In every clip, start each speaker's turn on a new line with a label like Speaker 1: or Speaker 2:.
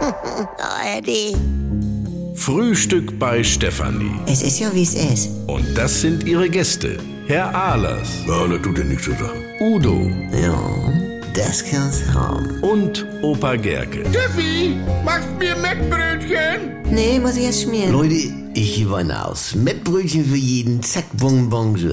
Speaker 1: oh, Eddie.
Speaker 2: Frühstück bei Stefanie.
Speaker 1: Es ist ja, wie es ist.
Speaker 2: Und das sind ihre Gäste. Herr Ahlers,
Speaker 3: Ja, das tut dir nichts zu sagen.
Speaker 2: Udo
Speaker 1: Ja, das kann's haben.
Speaker 2: und Opa Gerke.
Speaker 4: Tiffy, machst mir Mettbrötchen?
Speaker 1: Nee, muss ich jetzt schmieren.
Speaker 5: Leute, ich gehe mal aus. Mit Brötchen für jeden, zack, bong, bong, so.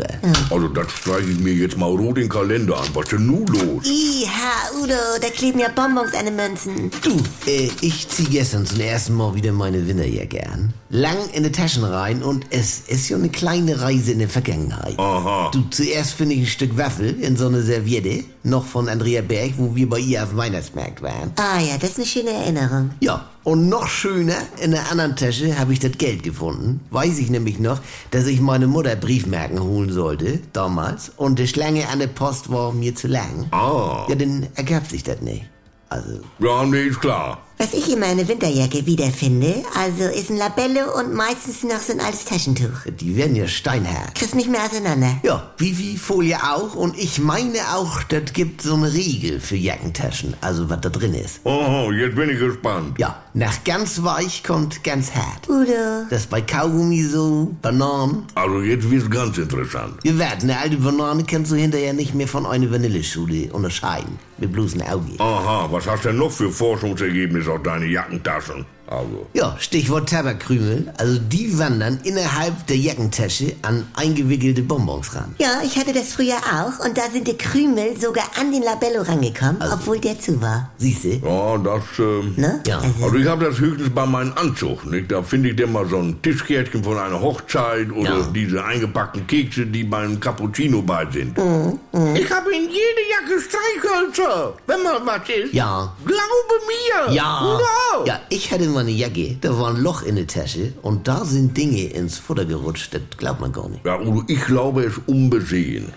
Speaker 3: Also, das streiche ich mir jetzt mal rot den Kalender an. Was ist denn nun los?
Speaker 1: Iha, Udo, da kleben ja Bonbons an den Münzen.
Speaker 5: Du, äh, ich zieh gestern zum ersten Mal wieder meine Winterjacke an. Lang in die Taschen rein und es ist ja eine kleine Reise in der Vergangenheit.
Speaker 3: Aha.
Speaker 5: Du, zuerst finde ich ein Stück Waffel in so einer Serviette, noch von Andrea Berg, wo wir bei ihr auf dem Weihnachtsmarkt waren.
Speaker 1: Ah ja, das ist eine schöne Erinnerung.
Speaker 5: Ja, und noch schöner, in der anderen Tasche habe ich das Geld gefunden. Weiß ich nämlich noch, dass ich meine Mutter Briefmarken holen sollte, damals. Und die Schlange an der Post war mir zu lang.
Speaker 3: Ah.
Speaker 5: Ja, dann ergab sich das nicht. Also,
Speaker 3: Ja, nee, ist klar.
Speaker 1: Was ich in meiner Winterjacke wiederfinde, also ist ein Labelle und meistens noch so ein altes Taschentuch.
Speaker 5: die werden ja steinhart.
Speaker 1: Kriegst nicht mehr auseinander.
Speaker 5: Ja, Vivi-Folie auch. Und ich meine auch, das gibt so eine Riegel für Jackentaschen. Also, was da drin ist.
Speaker 3: Aha, jetzt bin ich gespannt.
Speaker 5: Ja, nach ganz weich kommt ganz hart.
Speaker 1: Udo,
Speaker 5: Das ist bei Kaugummi so, Bananen.
Speaker 3: Also, jetzt wird's ganz interessant.
Speaker 5: Wir werden, eine alte Banane kannst du hinterher nicht mehr von einer Vanilleschule unterscheiden. Mit bloßen Auge.
Speaker 3: Aha, was hast denn noch für Forschungsergebnisse auf deine Jackentaschen? Also.
Speaker 5: Ja, Stichwort Tabakkrümel. Also die wandern innerhalb der Jackentasche an eingewickelte Bonbons ran.
Speaker 1: Ja, ich hatte das früher auch und da sind die Krümel sogar an den Labello rangekommen,
Speaker 5: Also.
Speaker 1: obwohl der zu war.
Speaker 5: Siehste?
Speaker 3: Ja, das, ähm.
Speaker 1: Ne?
Speaker 5: Ja.
Speaker 3: Also ich habe das höchstens bei meinem Anzug, nicht? Da finde ich dann mal so ein Tischkärtchen von einer Hochzeit oder
Speaker 5: Ja.
Speaker 3: diese eingepackten Kekse, die beim Cappuccino bei sind.
Speaker 5: Mhm,
Speaker 4: Ich habe in jede Jacke Streichhölzer, wenn mal was ist.
Speaker 5: Ja.
Speaker 4: Glaube mir.
Speaker 5: Ja.
Speaker 4: Udo.
Speaker 5: Ja, ich hatte mal eine Jacke, da war ein Loch in der Tasche und da sind Dinge ins Futter gerutscht. Das glaubt man gar nicht.
Speaker 3: Ja, Udo, ich glaube, es ist unbesehen.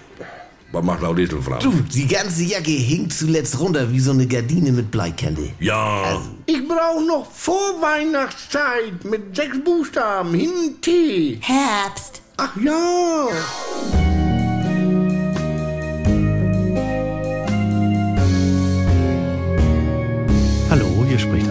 Speaker 3: Was macht auch Distelfrau?
Speaker 5: Du, die ganze Jacke hing zuletzt runter wie so eine Gardine mit Bleikante.
Speaker 3: Ja,
Speaker 4: Ich brauche noch Vorweihnachtszeit mit sechs Buchstaben, hinten T.
Speaker 1: Herbst.
Speaker 4: Ach ja.
Speaker 6: Hallo, hier spricht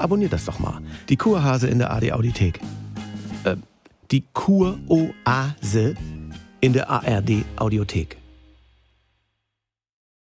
Speaker 6: Abonniert das doch mal. Die Kurhase in der AD Audiothek. Äh, die Kuroase in der ARD Audiothek.